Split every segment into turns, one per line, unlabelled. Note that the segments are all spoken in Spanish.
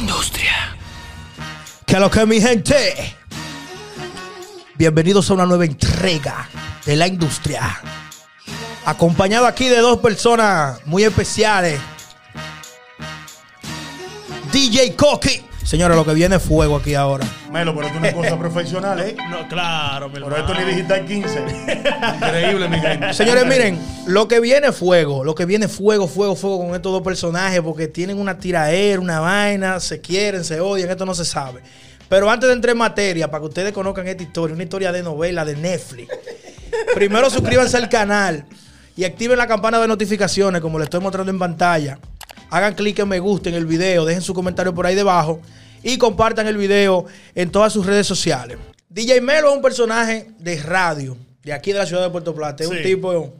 Industria.
Que lo que mi gente. Bienvenidos a una nueva entrega de la industria. Acompañado aquí de dos personas muy especiales. DJ Coqui. Señores, lo que viene es fuego aquí ahora.
Melo, pero esto es una cosa profesional, ¿eh?
No, claro, mi
Pero esto ni
hermano.
digital 15.
Increíble, mi gente.
Señores, miren, lo que viene es fuego. Lo que viene es fuego, fuego, fuego con estos dos personajes porque tienen una tiraera, una vaina, se quieren, se odian, esto no se sabe. Pero antes de entrar en materia, para que ustedes conozcan esta historia, una historia de novela de Netflix, primero suscríbanse al canal y activen la campana de notificaciones, como les estoy mostrando en pantalla. Hagan clic en me gusta en el video, dejen su comentario por ahí debajo y compartan el video en todas sus redes sociales. DJ Melo es un personaje de radio, de aquí de la ciudad de Puerto Plata. Es un
Sí.
tipo.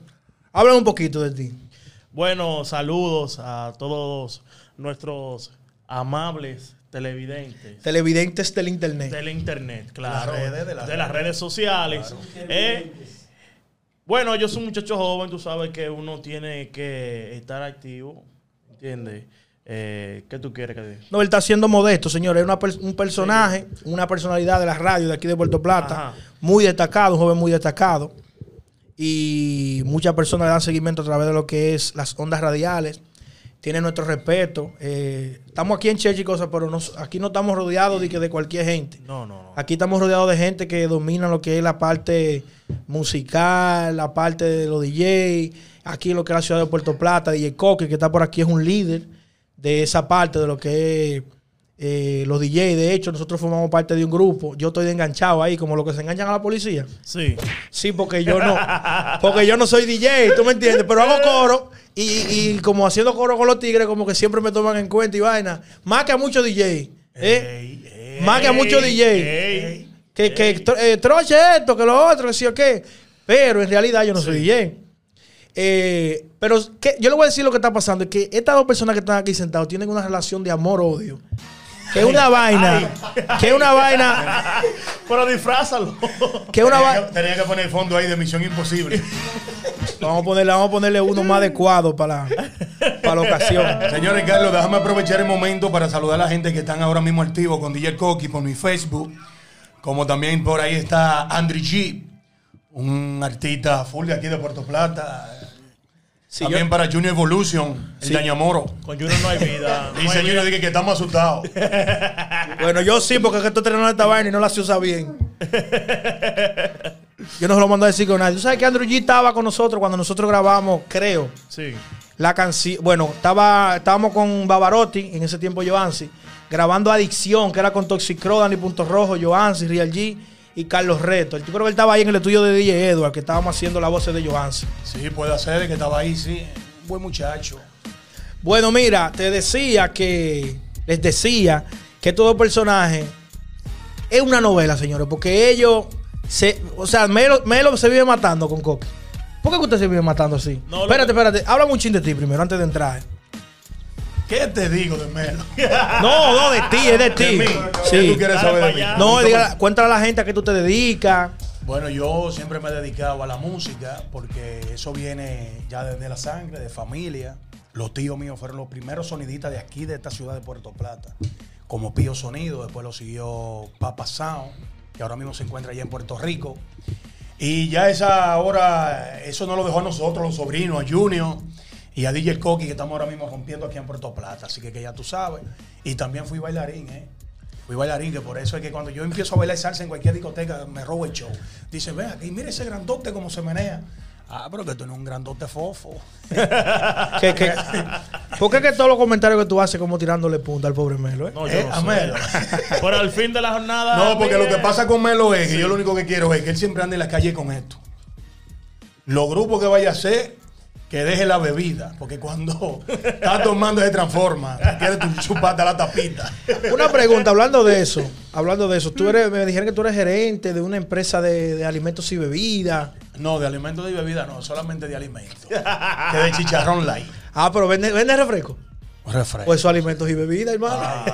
Hablan un poquito de ti.
Bueno, saludos a todos nuestros amables televidentes.
Televidentes del internet.
Del internet, claro.
las redes, de las redes.
redes sociales. Eh, bueno, yo soy un muchacho joven, tú sabes que uno tiene que estar activo, ¿entiendes? Eh, ¿Qué tú quieres que diga?
No, él está siendo modesto, señores. Es una per- un personaje, una personalidad de la radio de aquí de Puerto Plata.
Ajá.
Muy destacado, un joven muy destacado. Y muchas personas le dan seguimiento a través de lo que es las ondas radiales. Tiene nuestro respeto. Eh, estamos aquí en Chechi y cosas, pero no- aquí no estamos rodeados de, que de cualquier gente.
No, no, no.
Aquí estamos rodeados de gente que domina lo que es la parte musical, la parte de los DJ. Aquí lo que es la ciudad de Puerto Plata, DJ Coque, que está por aquí, es un líder de esa parte de lo que es eh, los DJ. De hecho, nosotros formamos parte de un grupo. Yo estoy de enganchado ahí, como lo que se enganchan a la policía.
Sí.
Sí, porque yo no. Porque yo no soy DJ, ¿tú me entiendes? Pero hago coro y, y como haciendo coro con los tigres, como que siempre me toman en cuenta y vaina. Más que a muchos DJ. ¿eh?
Ey, ey,
Más que a muchos
ey,
DJ.
ey.
Que, que tro- eh, troche esto, que lo otro, que sí o qué. Pero en realidad yo no soy DJ. Eh, pero que- yo le voy a decir lo que está pasando. Es que estas dos personas que están aquí sentados tienen una relación de amor-odio. Que es una vaina. Que es una vaina.
Pero disfrázalo.
Que es una
tenía,
vaina.
que, tenía que poner el fondo ahí de Misión Imposible.
Vamos a ponerle, vamos a ponerle uno más adecuado para la, para la ocasión.
Señores, Carlos, déjame aprovechar el momento para saludar a la gente que están ahora mismo activos con DJ Coqui, por mi Facebook. Como también por ahí está Andrew G, un artista full de aquí de Puerto Plata.
Sí, yo-
también para Junior Evolution, el
Sí.
Dañamoro.
Con Junior no hay vida.
Y
no hay
señores, dije que estamos asustados.
Bueno, yo sí, porque es que estoy entrenando esta vaina y no la se usa bien. Yo no se lo mando a decir con nadie. Tú sabes que Andrew G estaba con nosotros cuando nosotros grabamos, creo,
Sí.
la canción. Bueno, estaba, estábamos con Bavarotti, en ese tiempo Joansi, grabando Adicción, que era con Toxic Crow, Dani Punto Rojo, Joansi, Real G y Carlos Reto. El tipo que él estaba ahí en el estudio de DJ Edward, que estábamos haciendo las voces de Joansi.
Sí, puede ser que estaba ahí, sí. Un buen muchacho.
Bueno, mira, te decía que. Les decía que todo personaje es una novela, señores, porque ellos. Se, o sea, Melo, Melo se vive matando con Coque. ¿Por qué que usted se vive matando así?
No, lo
espérate,
que-
espérate. Háblame un chin de ti primero, antes de entrar.
¿Qué te digo de Melo?
No, no, de ti, es de
De
ti.
mí. ¿Qué
Sí.
tú quieres
Dale
saber
pa'
de mí?
allá.
No, diga, cuéntale a la gente a qué tú te dedicas.
Bueno, yo siempre me he dedicado a la música porque eso viene ya desde la sangre, de familia. Los tíos míos fueron los primeros sonidistas de aquí, de esta ciudad de Puerto Plata. Como Pío Sonido, después lo siguió Papa Sound, que ahora mismo se encuentra allá en Puerto Rico. Y ya esa hora, eso no lo dejó a nosotros, los sobrinos, a Junior y a DJ Coqui, que estamos ahora mismo rompiendo aquí en Puerto Plata. Así que, que ya tú sabes. Y también fui bailarín, ¿eh? Fui bailarín, que por eso es que cuando yo empiezo a bailar salsa en cualquier discoteca, me robo el show. Dice, ve aquí, mira ese grandote cómo se menea. Ah, pero que tú no eres un grandote fofo.
Que- que- ¿Por qué que todos los comentarios que tú haces como tirándole punta al pobre Melo? eh?
No, yo
Eh,
no
a
sé.
Melo.
Pero al fin de la
Ah,
jornada.
No, porque lo
mire,
que pasa con Melo es que yo lo único que quiero es que él siempre ande en la calle con esto. Los grupos que vaya a hacer, que deje la bebida, porque cuando está tomando se transforma. Quiere tu chupata la tapita.
Una pregunta, hablando de eso, hablando de eso, tú eres, me dijeron que tú eres gerente de una empresa de, de alimentos y bebidas.
No, de alimentos y bebida no, solamente de alimentos. Que de chicharrón light.
Ah, pero vende, vende refresco.
Refresco.
Pues son alimentos y bebidas, hermano.
Ah.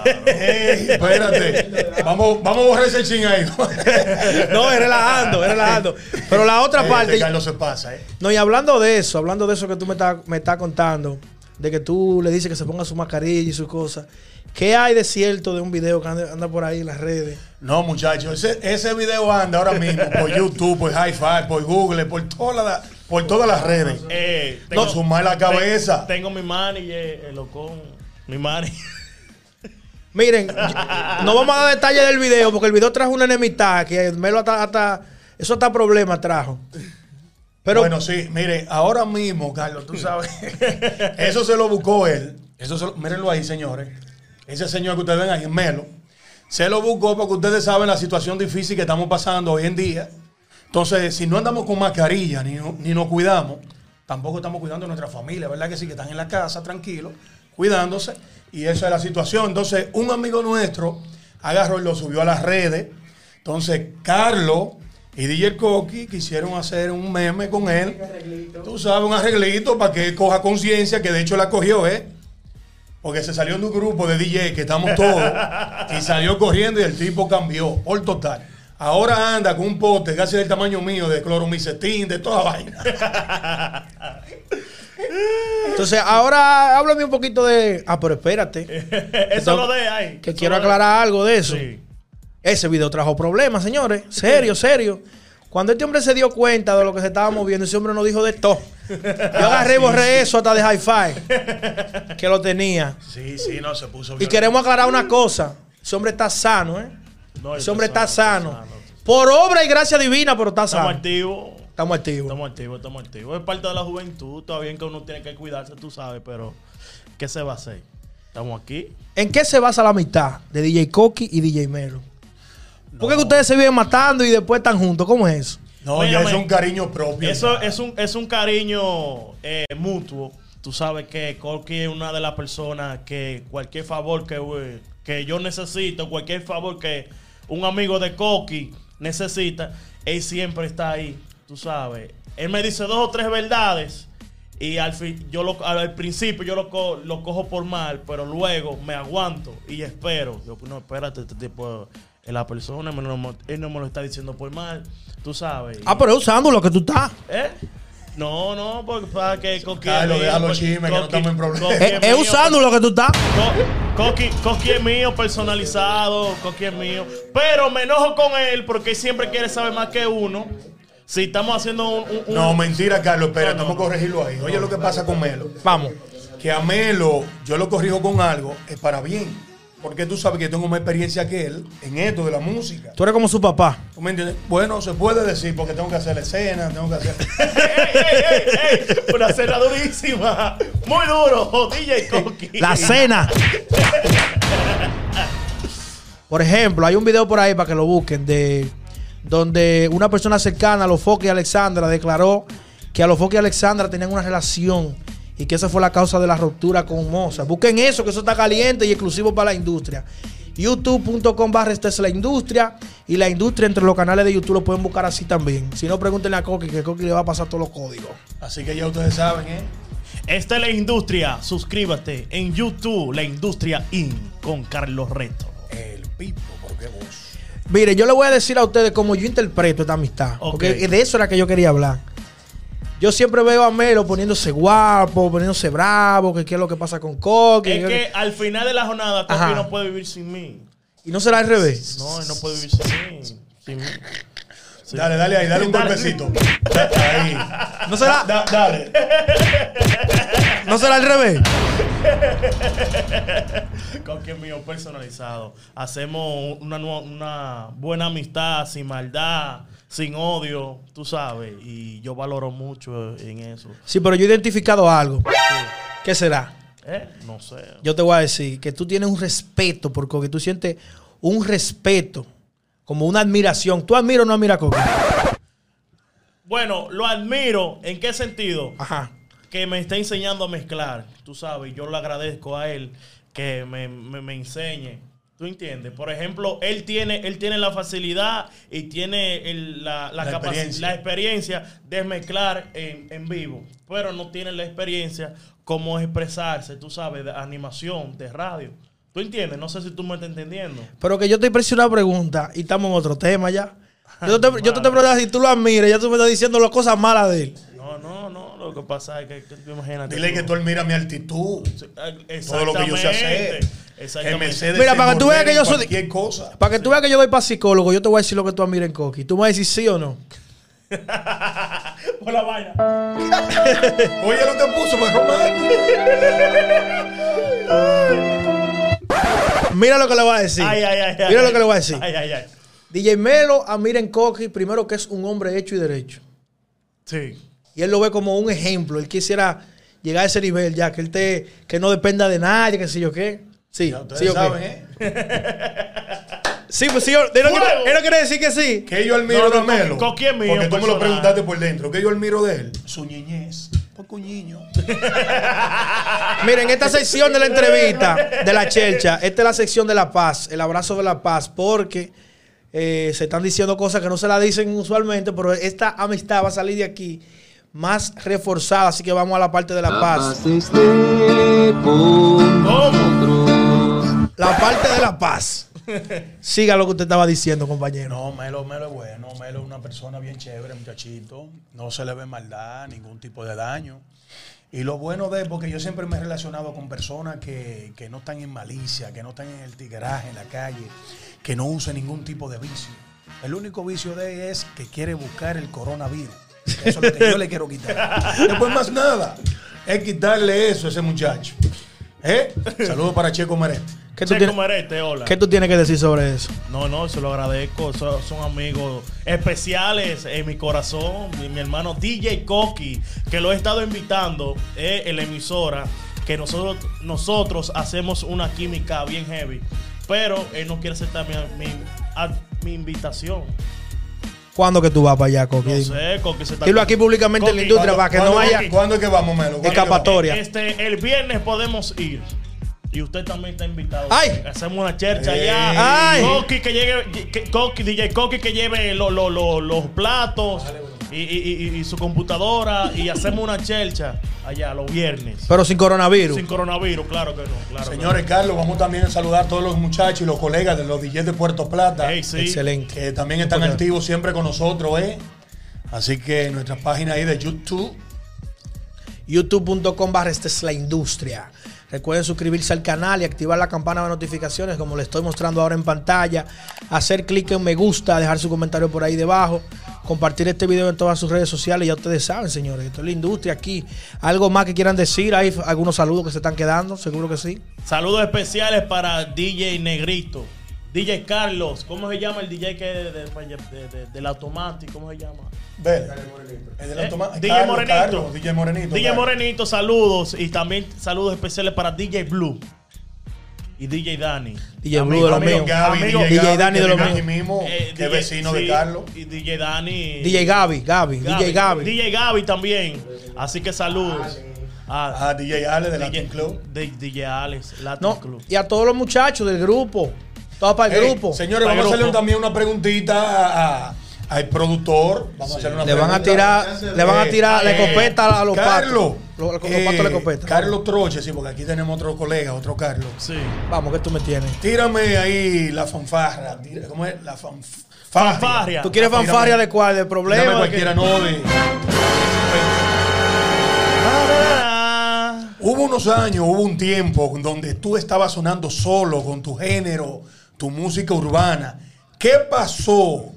Ey, espérate. Vamos, vamos a borrar ese ching ahí.
No, es relajando, es relajando. Pero la otra
Este
parte,
Carlos se pasa, ¿eh?
no, y hablando de eso, hablando de eso que tú me estás me estás contando, de que tú le dices que se ponga su mascarilla y sus cosas. ¿Qué hay de cierto de un video que anda, anda por ahí en las redes?
No, muchachos, ese, ese video anda ahora mismo por YouTube, por Hi-Fi, por Google, por, toda la- por todas las redes.
Eh,
No, sumar la cabeza.
Tengo, mi manager, el locón. Mi manager.
Miren, yo- no vamos a dar detalles del video porque el video trajo una enemistad que Melo hasta, hasta- eso hasta problema trajo. Pero
bueno, sí, mire, ahora mismo, Carlos, tú sabes, eso se lo buscó él. Eso se lo- mírenlo ahí, señores. Ese señor que ustedes ven ahí, Melo, se lo buscó porque ustedes saben la situación difícil que estamos pasando hoy en día. Entonces, si no andamos con mascarilla ni, no- ni nos cuidamos, tampoco estamos cuidando a nuestra familia, ¿verdad? Que sí, que están en la casa, tranquilos, cuidándose. Y esa es la situación. Entonces, un amigo nuestro agarró y lo subió a las redes. Entonces, Carlos y DJ Coqui quisieron hacer un meme con él. Tú sabes, un arreglito para que coja conciencia, que de hecho la cogió, ¿eh? Porque se salió de un grupo de DJ que estamos todos y salió corriendo y el tipo cambió por total. Ahora anda con un pote casi del tamaño mío de cloromicetín, de toda vaina.
entonces ahora háblame un poquito de... Ah, pero espérate,
eso lo de ahí.
que
Eso
quiero
lo de-
aclarar algo de eso.
Sí.
Ese video trajo problemas, señores. Serio, serio. Cuando este hombre se dio cuenta de lo que se estaba moviendo, ese hombre no dijo de todo. Yo agarré y borré eso hasta de hi-fi que lo tenía.
Sí, sí, no, se puso
Y queremos aclarar una cosa. Ese hombre está sano, ¿eh?
No,
Ese hombre está sano. Por obra y gracia divina, pero está
Estamos
sano.
activos.
Estamos activos.
Estamos activos, estamos activos. Es parte de la juventud. Todavía bien que uno tiene que cuidarse, tú sabes, pero ¿qué se va a hacer? Estamos aquí.
¿En qué se basa la amistad de DJ Coqui y DJ Melo? ¿Por qué que ustedes se viven matando y después están juntos? ¿Cómo es eso?
No, ya
Mírame.
es un cariño propio.
Eso es un, es un cariño eh, mutuo. Tú sabes que Corky es una de las personas que cualquier favor que, eh, que yo necesito, cualquier favor que un amigo de Corky necesita, él siempre está ahí, tú sabes. Él me dice dos o tres verdades y al, fin- yo lo- al principio yo lo, co- lo cojo por mal, pero luego me aguanto y espero. Yo, no, espérate, este tipo es la persona, él no me- él no me lo está diciendo por mal, tú sabes. Y-
Ah, pero es usando lo que tú estás.
¿Eh? No, no, porque para que Coqui.
Carlos, deja los
porque
chismes, que no
Coqui-
estamos en problemas.
Coqui
Es, es
mío,
usando lo que tú estás.
Co- Coqui, Coqui es mío, personalizado, Coqui es mío. Pero me enojo con él porque siempre quiere saber más que uno. Si estamos haciendo un. un- un-
No, mentira, Carlos, espera,
No, no,
vamos a corregirlo ahí. Oye, lo que pasa con Melo.
Vamos.
que a Melo yo lo corrijo con algo es para bien. Porque tú sabes que yo tengo más experiencia que él en esto de la música.
Tú eres como su papá.
¿Tú me entiendes? Bueno, se puede decir porque tengo que hacer escenas, tengo que hacer...
¡Ey, ey, ey, ey! Una cena durísima. Muy duro, DJ Coqui.
La cena. Por ejemplo, hay un video por ahí para que lo busquen de donde una persona cercana a los Focke y Alexandra declaró que a los Focke y Alexandra tenían una relación y que esa fue la causa de la ruptura con Moza. Busquen eso, que eso está caliente y exclusivo para la industria. youtube.com barra esta es la industria y la industria entre los canales de YouTube lo pueden buscar así también. Si no, pregúntenle a Coqui que Coqui le va a pasar todos los códigos.
Así que ya ustedes saben, ¿eh?
Esta es la industria. Suscríbete en YouTube, La Industria In, con Carlos Reto.
El pipo, porque vos...
Mire, yo le voy a decir a ustedes cómo yo interpreto esta amistad.
Ok.
Porque de eso era que yo quería hablar. Yo siempre veo a Melo poniéndose guapo, poniéndose bravo, que qué es lo que pasa con Coque.
Es que al final de la jornada,
Ajá.
Coqui no puede vivir sin mí.
Y no será al revés.
No, él no puede vivir sin mí. Sin mí. Sí.
Dale, dale ahí, dale un
Dale.
golpecito. Ahí.
No será,
Da- dale.
no será al revés.
Coque mío personalizado. Hacemos una, nua- una buena amistad, sin maldad, sin odio, tú sabes. Y yo valoro mucho en eso.
Sí, pero yo he identificado algo. ¿Qué será?
¿Eh? No sé.
Yo te voy a decir que tú tienes un respeto por Coque. Tú sientes un respeto, como una admiración. ¿Tú admiras o no admiras a Coque?
Bueno, lo admiro. ¿En qué sentido?
Ajá.
que me está enseñando a mezclar, tú sabes, yo le agradezco a él que me, me- me enseñe. ¿Tú entiendes? Por ejemplo, él tiene, él tiene la facilidad y tiene el- la, la
La
capaci-
experiencia.
la experiencia de mezclar en, en vivo, pero no tiene la experiencia como expresarse, tú sabes, de animación, de radio. ¿Tú entiendes? No sé si tú me estás entendiendo.
Pero que yo te hice una pregunta y estamos en otro tema ya. Yo te, yo te estoy preguntando si tú lo admiras, ya tú me estás diciendo las cosas malas de él.
No, no, no. Lo Lo que pasa es que, que tú imagínate.
Dile que tú admiras mi actitud. Todo lo que yo sé hacer.
Exactamente.
MC
Mira, para que tú veas que yo soy-
Cualquier cosa.
Para que tú veas que yo doy para psicólogo, yo te voy a decir lo que tú admiras en Coqui. ¿Tú me vas a decir sí o no?
Por la vaina.
Oye, no te puso, pues Román.
Mira lo que le voy a decir.
Ay, ay, ay, ay.
Mira lo que le voy a decir.
Ay, ay, ay.
DJ Melo admira en Coqui, primero que es un hombre hecho y derecho.
Sí.
Y él lo ve como un ejemplo. Él quisiera llegar a ese nivel ya, que él te, que no dependa de nadie, que sé yo qué. Sí,
Ya ustedes
sí, o qué.
saben, ¿eh?
Sí, pues sí, él no,
¡Fuego!
quiere, él no quiere decir que sí.
Que yo admiro
No, no,
de Melo.
con- con quién mío,
Porque tú me
personal.
lo preguntaste por dentro. Que yo admiro de él. Su niñez. Porque un niño.
Miren, esta sección de la entrevista de la chelcha, esta es la sección de la paz, el abrazo de la paz, porque eh, se están diciendo cosas que no se la dicen usualmente, pero esta amistad va a salir de aquí más reforzada, así que vamos a la parte de la paz.
esté con
¿Cómo?
nosotros.
La parte de la paz. Siga lo que usted estaba diciendo, compañero.
No, Melo, Melo es bueno. Melo es una persona bien chévere, muchachito. No se le ve maldad, ningún tipo de daño. Y lo bueno de él, porque yo siempre me he relacionado con personas que, que no están en malicia, que no están en el tigraje, en la calle, que no usan ningún tipo de vicio. El único vicio de él es que quiere buscar el coronavirus. Eso es lo que yo le quiero quitar. Después más nada, es quitarle eso a ese muchacho. ¿Eh? Saludos para Checo Merete.
¿Qué tú,
Checo
tienes,
Merete, este, hola.
qué tú tienes que decir sobre eso?
No, no, se lo agradezco. Son, son amigos especiales en mi corazón. Mi, mi hermano DJ Koki, que lo he estado invitando eh, en la emisora, que nosotros, nosotros hacemos una química bien heavy. Pero él no quiere aceptar mi, mi, a- mi invitación.
¿Cuándo que tú vas para allá, Coqui?
No
Dime.
sé, Koki se está.
Dilo aquí públicamente en la
Koki,
industria para que no
¿Cuándo-
haya
¿Cuándo es que vamos, Melo? ¿Cuándo es que vamos?
escapatoria.
Este, el viernes podemos ir. Y usted también está invitado.
¡Ay!
Hacemos una chercha
¡Ey!
allá.
¡Ay!
Coqui que llegue, que- Coqui, DJ Coqui que lleve lo- lo- lo- los platos y, y- y- y su computadora. y hacemos una chercha allá los viernes.
Pero sin coronavirus.
Sin coronavirus, claro que no. Claro que
Señores, Carlos, vamos también a saludar a todos los muchachos y los colegas de los DJs de Puerto
no.
Plata,
Ey, sí.
Excelente.
que también están activos siempre con nosotros, ¿eh? Así que nuestra página ahí de YouTube,
youtube.com barra esta es la industria. Recuerden suscribirse al canal y activar la campana de notificaciones como le estoy mostrando ahora en pantalla. Hacer clic en me gusta, dejar su comentario por ahí debajo. Compartir este video en todas sus redes sociales. Ya ustedes saben, señores, esto es la industria aquí. ¿Algo más que quieran decir? Hay f- algunos saludos que se están quedando, seguro que sí.
Saludos especiales para DJ Negrito. DJ Carlos, ¿cómo se llama el DJ que de, de- de- de- del automático? ¿Cómo se llama?
ve, el de la
Eh,
toma-
DJ
Carlos,
Morenito.
Carlos, DJ Morenito.
DJ
Carlos.
Morenito, saludos. Y también saludos especiales para DJ Blue y DJ Dani.
DJ Blue
Amigo,
de los
amigo,
míos.
Gaby,
Amigo,
DJ,
DJ
Dani de los
míos.
aquí mismo,
Eh,
que es
DJ,
vecino
sí,
de Carlos.
Y DJ Dani.
DJ Gaby, Gaby, DJ Gaby.
DJ Gaby también. Así que saludos. A
Ah, DJ Ale de
DJ,
Latin Club.
de- DJ Alex, Latin
No,
Club.
y a todos los muchachos del grupo. Todo para el
Ey,
grupo.
Señores,
Para el
vamos a hacerle
grupo.
también una preguntita a- a- al productor. Vamos a hacerle una
Le van a
pregunta.
tirar- le van a tirar la
Eh,
escopeta a los
Carlos,
patos. Los- los
eh,
patos a la escopeta.
Carlos Troche, sí, porque aquí tenemos otro colega, otro Carlos.
Sí.
Vamos, que tú me tienes.
Tírame ahí la fanfarra. tira- ¿Cómo es? La fanf- fanfarria.
Fanfarria.
¿Tú quieres
Mírame.
fanfarria de cuál? ¿De
Tírame
problema?
cualquiera, no de- Hubo unos años, hubo un tiempo donde tú estabas sonando solo con tu género, tu música urbana. ¿Qué pasó?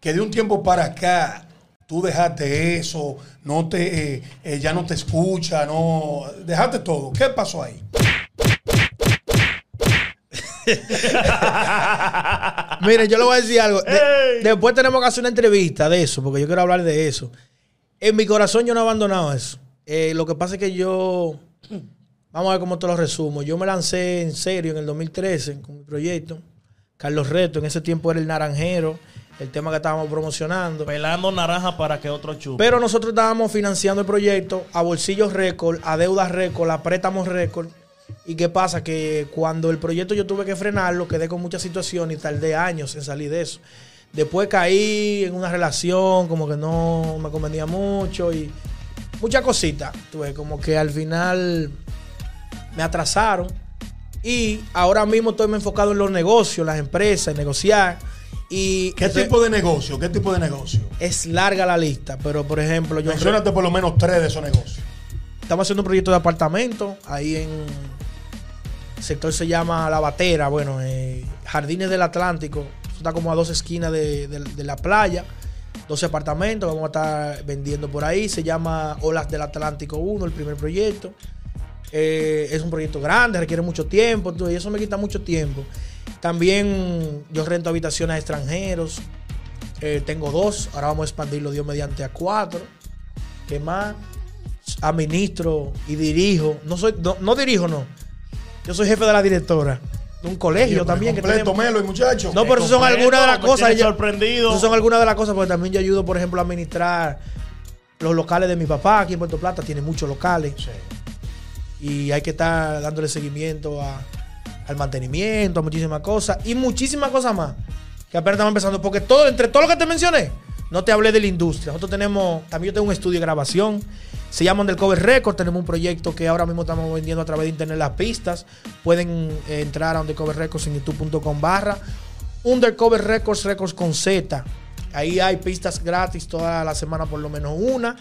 Que de un tiempo para acá tú dejaste eso, no te, eh, eh, ya no te escucha, no, dejaste todo. ¿Qué pasó ahí?
Miren, yo le voy a decir algo. De-
¡Ey!
después tenemos que hacer una entrevista de eso, porque yo quiero hablar de eso. En mi corazón yo no he abandonado eso. Eh, lo que pasa es que yo, vamos a ver cómo te lo resumo. Yo me lancé en serio en el 2013 con mi proyecto. Carlos Reto, en ese tiempo era el naranjero, el tema que estábamos promocionando.
Pelando naranja para que otro chupe.
Pero nosotros estábamos financiando el proyecto a bolsillos récord, a deudas récord, a préstamos récord. ¿Y qué pasa? Que cuando el proyecto yo tuve que frenarlo, quedé con muchas situaciones y tardé años en salir de eso. Después caí en una relación como que no me convenía mucho y muchas cositas. Tuve como que al final me atrasaron. Y ahora mismo estoy más enfocado en los negocios, las empresas, en negociar. Y
¿Qué
re-
tipo de negocio? ¿Qué tipo de negocio?
es larga la lista, pero por ejemplo, yo
Menciónate por lo menos tres de esos negocios.
estamos haciendo un proyecto de apartamento ahí en el sector se llama La Batera, bueno, eh, Jardines del Atlántico, Eso está como a dos esquinas de, de- de la playa, 12 apartamentos, vamos a estar vendiendo por ahí, se llama Olas del Atlántico 1, el primer proyecto. Eh, es un proyecto grande, requiere mucho tiempo, entonces, y eso me quita mucho tiempo. También yo rento habitaciones a extranjeros, Eh, tengo dos, ahora vamos a expandirlo Dios mediante a cuatro. ¿Qué más? Administro y dirijo. No soy, no, no dirijo, no. Yo soy jefe de la directora de un colegio también. que
Completo,
tenemos.
Melo y muchachos.
No, pero esas son
Completo,
algunas de las
me
cosas.
tiene
ya-
sorprendido.
esas son algunas de las cosas, porque también yo ayudo, por ejemplo, a administrar los locales de mi papá aquí en Puerto Plata. Tiene muchos locales
Sí.
y hay que estar dándole seguimiento a- al mantenimiento, a muchísimas cosas y muchísimas cosas más que apenas estamos empezando. Porque todo, entre todo lo que te mencioné, no te hablé de la industria. Nosotros tenemos, también yo tengo un estudio de grabación, se llama Undercover Record. Tenemos un proyecto que ahora mismo estamos vendiendo a través de internet las pistas. Pueden eh, entrar a Undercover Records en youtube.com barra Undercover Records, Records con Z. Ahí hay pistas gratis toda la semana, por lo menos una.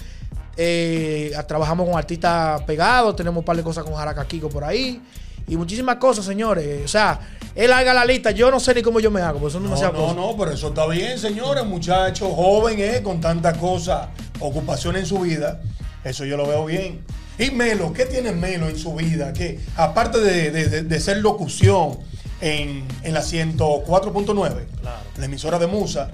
Eh, trabajamos con artistas pegados, tenemos un par de cosas con Jaraca Kiko por ahí. Y muchísimas cosas, señores. O sea, él haga la lista. Yo no sé ni cómo yo me hago, porque son
No,
demasiadas
no,
cosas.
no, pero eso está bien, señores, muchachos, joven, eh, con tantas cosas, ocupación en su vida. Eso yo lo veo bien. Y Melo, ¿qué tiene Melo en su vida? Que aparte de, de- de- de ser locución en, en la 104.9,
Claro.
la emisora de Musa,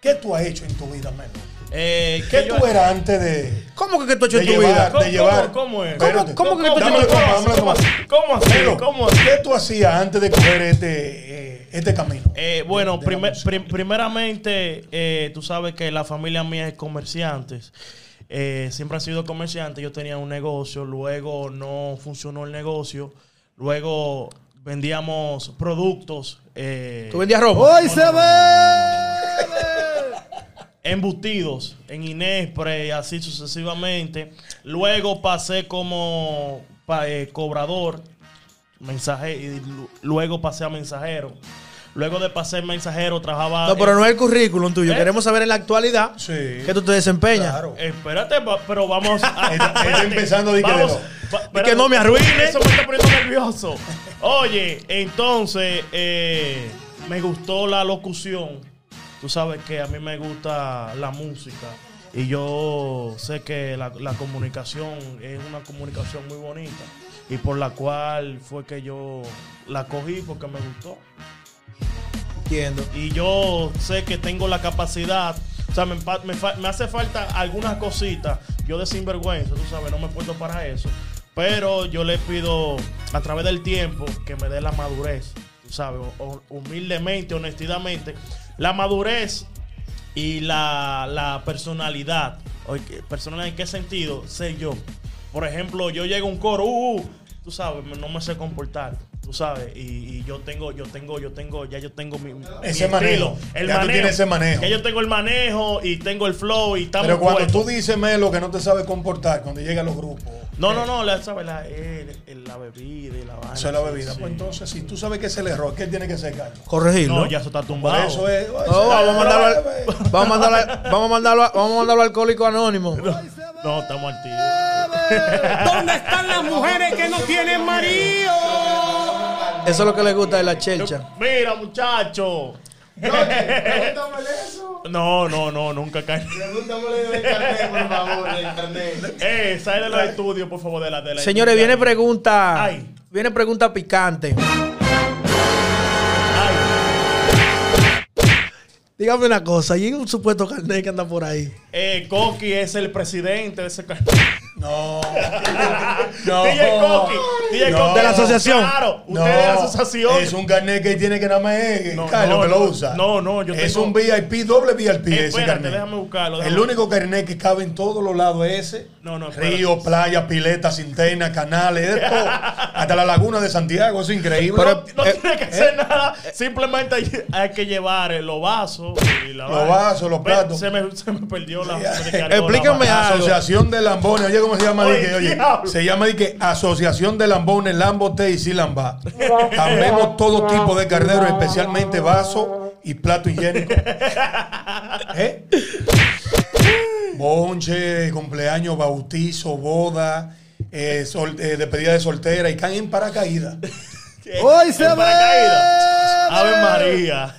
¿qué tú has hecho en tu vida, Melo?
Eh,
¿Qué
que yo-
tú eras antes de,
¿Cómo que, que tú has hecho
de
en tu
llevar?
vida?
¿Cómo-
de llevar?
cómo- cómo es?
Espérate.
¿Cómo- cómo que tú te-
Dámelo,
¿Cómo-
dámelo,
cómo-
dámelo.
cómo así?
Melo,
¿Cómo así?
¿Qué tú hacías antes de coger este, eh, este camino?
Eh, bueno,
De- de la
primer-
música.
prim- primeramente, eh, tú sabes que la familia mía es comerciantes. Eh, siempre han sido comerciantes. Yo tenía un negocio, luego no funcionó el negocio. Luego vendíamos productos. eh,
¿Tú vendías ropa?
¡Hoy se ve!
embutidos en Inespre y así sucesivamente. Luego pasé como pa- eh, cobrador, mensaje, y lu- luego pasé a mensajero. Luego de pasé mensajero trabajaba.
No, pero
en-
no es el currículum tuyo.
¿Eh?
Queremos saber en la actualidad
Sí.
que tú te desempeñas.
Claro.
Espérate, va- pero vamos a.
Está- está
espérate,
empezando de que
vamos,
no.
va- espérate,
que no me arruine.
Eso me está poniendo nervioso. Oye, entonces, eh, me gustó la locución. Tú sabes que a mí me gusta la música. Y yo sé que la, la comunicación es una comunicación muy bonita. Y por la cual fue que yo la cogí porque me gustó
Entiendo.
y yo sé que tengo la capacidad. O sea, me, empa- me fa- me hace falta algunas cositas. Yo de sinvergüenza, tú sabes, no me puedo para eso. Pero yo le pido a través del tiempo que me dé la madurez, tú sabes, o- o- humildemente, honestidamente. La madurez y la, la personalidad. O que- ¿Personalidad en qué sentido? Sé yo. Por ejemplo, yo llego a un coro, uh, uh, tú sabes, no me sé comportar. Tú sabes, y, y yo tengo, yo tengo, yo tengo, ya yo tengo mi, mi
Ese manejo.
El
Ya tú
manejo.
tienes ese manejo.
Ya yo tengo el manejo y tengo el flow y estamos
Pero cuando
puestos.
tú dices Melo que no te sabe comportar, cuando llega a los grupos,
No, no, no, la, sabes, la, el- el- la bebida y la vaina.
eso es la
sí,
bebida.
sí.
Pues entonces, si tú sabes que es el error, ¿qué tiene que ser, Carlos?
Corregirlo.
No, ya eso está
Por
tumbado.
eso es. ay,
No,
se-
vamos a mandarlo al,
bebe.
vamos a mandarlo al- vamos a mandarlo a- vamos a mandarlo al alcohólico anónimo.
No, estamos activos.
¿Dónde están las mujeres que no tienen marido?
Eso es lo que le gusta de la chelcha.
Mira, muchacho. No, no, no, nunca cae.
por favor, el internet.
Eh, sale de los estudios, por favor, de la tele.
Señores, viene pregunta.
Ay.
Viene pregunta picante. Dígame una cosa, ¿y un supuesto carnet que anda por ahí?
Eh, Coqui es el presidente de ese canal.
No.
DJ Coqui. DJ
No.
Coqui.
De la asociación.
Claro, usted
No.
es de la asociación.
Es un carnet que tiene que nada más. eh,
No,
Carlos
no,
que lo
no.
usa.
No, no, yo
Es
tengo- Eh,
un VIP, doble VIP. ese
Espérate,
carnet.
déjame buscarlo, déjame-
El único carnet que cabe en todos los lados es ese.
No, no, espérate.
Río, playa, pileta, cintenas, canales, de todo. Hasta la laguna de Santiago, es increíble.
Pero-
no
eh,
tiene que hacer nada. Simplemente hay, hay que llevar eh, los vasos y la
Los
vaina.
vasos, los
Ve,
platos.
Se me, se me perdió la.
Ya.
se me cargó la
Explícame
vaina.
algo.
Asociación de Lambones, oye cómo se llama,
Oye,
Dije, oye,
diablo.
se llama dije, Asociación de Lambones, Lambote y Silamba. Tambemos todo tipo de carneros, especialmente vaso y plato higiénico. ¿Eh? Bonche, cumpleaños, bautizo, boda, eh, sol- eh, despedida de soltera y caen en paracaídas.
¡Hoy se va! ¡Ave María!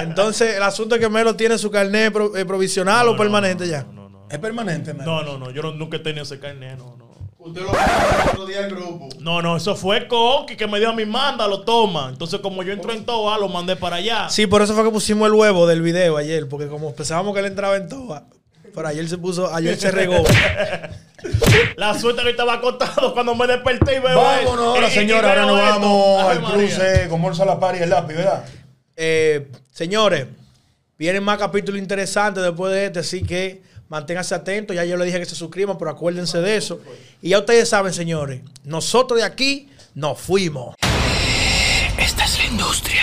Entonces, el asunto es que Melo tiene su carnet pro- eh, provisional o
No,
permanente
no,
ya.
No, no,
Es permanente, man.
no. No, no, yo no- nunca he tenido ese carnet, no, no.
Usted lo puso el otro día al grupo.
No, no, eso fue Coqui que me dijo a mi manda, lo toma. Entonces, como yo entré en Toa, lo mandé para allá.
Sí, por eso fue que pusimos el huevo del video ayer, porque como pensábamos que él entraba en toa, pero ayer se puso, ayer se regó.
La suerte que estaba acostado cuando me desperté y veo.
Vámonos ahora,
eh,
señora.
y
Ahora
veo
nos
esto.
vamos
Ave
al
María.
cruce con Morsa La Par y el lápiz, ¿verdad?
Eh, señores, vienen más capítulos interesantes después de este, así que manténganse atentos. Ya yo le dije que se suscriban, pero acuérdense de eso. Y ya ustedes saben, señores, nosotros de aquí nos fuimos.
Esta es la industria.